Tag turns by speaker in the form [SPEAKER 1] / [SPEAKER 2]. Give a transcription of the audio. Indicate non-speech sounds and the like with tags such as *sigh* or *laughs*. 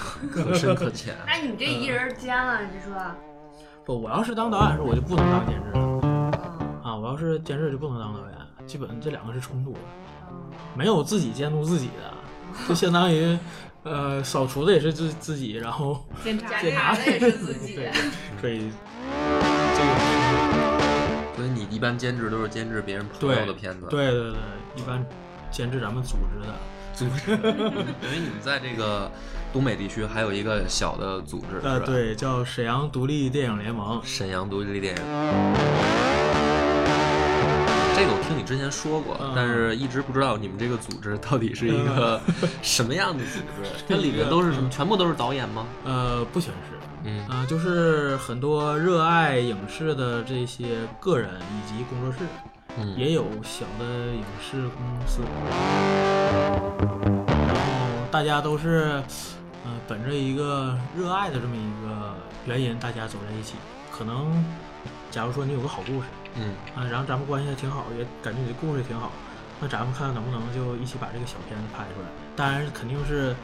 [SPEAKER 1] 可深可浅。
[SPEAKER 2] 那哎你这
[SPEAKER 1] 嗯
[SPEAKER 2] 一人兼了，你说？
[SPEAKER 3] *laughs* 不，我要是当导演时，我就不能当监制了
[SPEAKER 2] 嗯
[SPEAKER 3] 啊！我要是监制就不能当导演，基本这两个是冲突的，没有自己监督自己的，就相当于，呃，扫除的也是自自己，然后
[SPEAKER 4] 检
[SPEAKER 2] 查
[SPEAKER 4] 查
[SPEAKER 3] 检查
[SPEAKER 2] 的也是自己
[SPEAKER 3] 对，所
[SPEAKER 1] *laughs*
[SPEAKER 3] 以这个
[SPEAKER 1] 所以你一般监制都是监制别人朋
[SPEAKER 3] 对
[SPEAKER 1] 友的片 *laughs* 子，，
[SPEAKER 3] 对对对，一般监制咱们组织的，
[SPEAKER 1] 组织，因为你们在这个东北地区还有一个小的组织，
[SPEAKER 3] 呃，
[SPEAKER 1] 是吧，
[SPEAKER 3] 对，叫沈阳独立电影联盟，
[SPEAKER 1] 沈阳独立电影。这个我听你之前说过，
[SPEAKER 3] 嗯
[SPEAKER 1] 但是一直不知道你们这个组织到底是一个
[SPEAKER 3] 嗯
[SPEAKER 1] 什么样的组
[SPEAKER 3] *laughs*
[SPEAKER 1] 织。它里面都是什么？全部都是导演吗？
[SPEAKER 3] 呃，不全是，
[SPEAKER 1] 嗯
[SPEAKER 3] 啊、就是很多热爱影视的这些个人以及工作室，
[SPEAKER 1] 嗯，
[SPEAKER 3] 也有小的影视公司，然后大家都是，呃，本着一个热爱的这么一个原因，大家走在一起。可能，假如说你有个好故事
[SPEAKER 1] 嗯
[SPEAKER 3] 啊、然后咱们关系还挺好，也感觉你的故事挺好，那咱们看看能不能就一起把这个小片子拍出来。当然，肯定是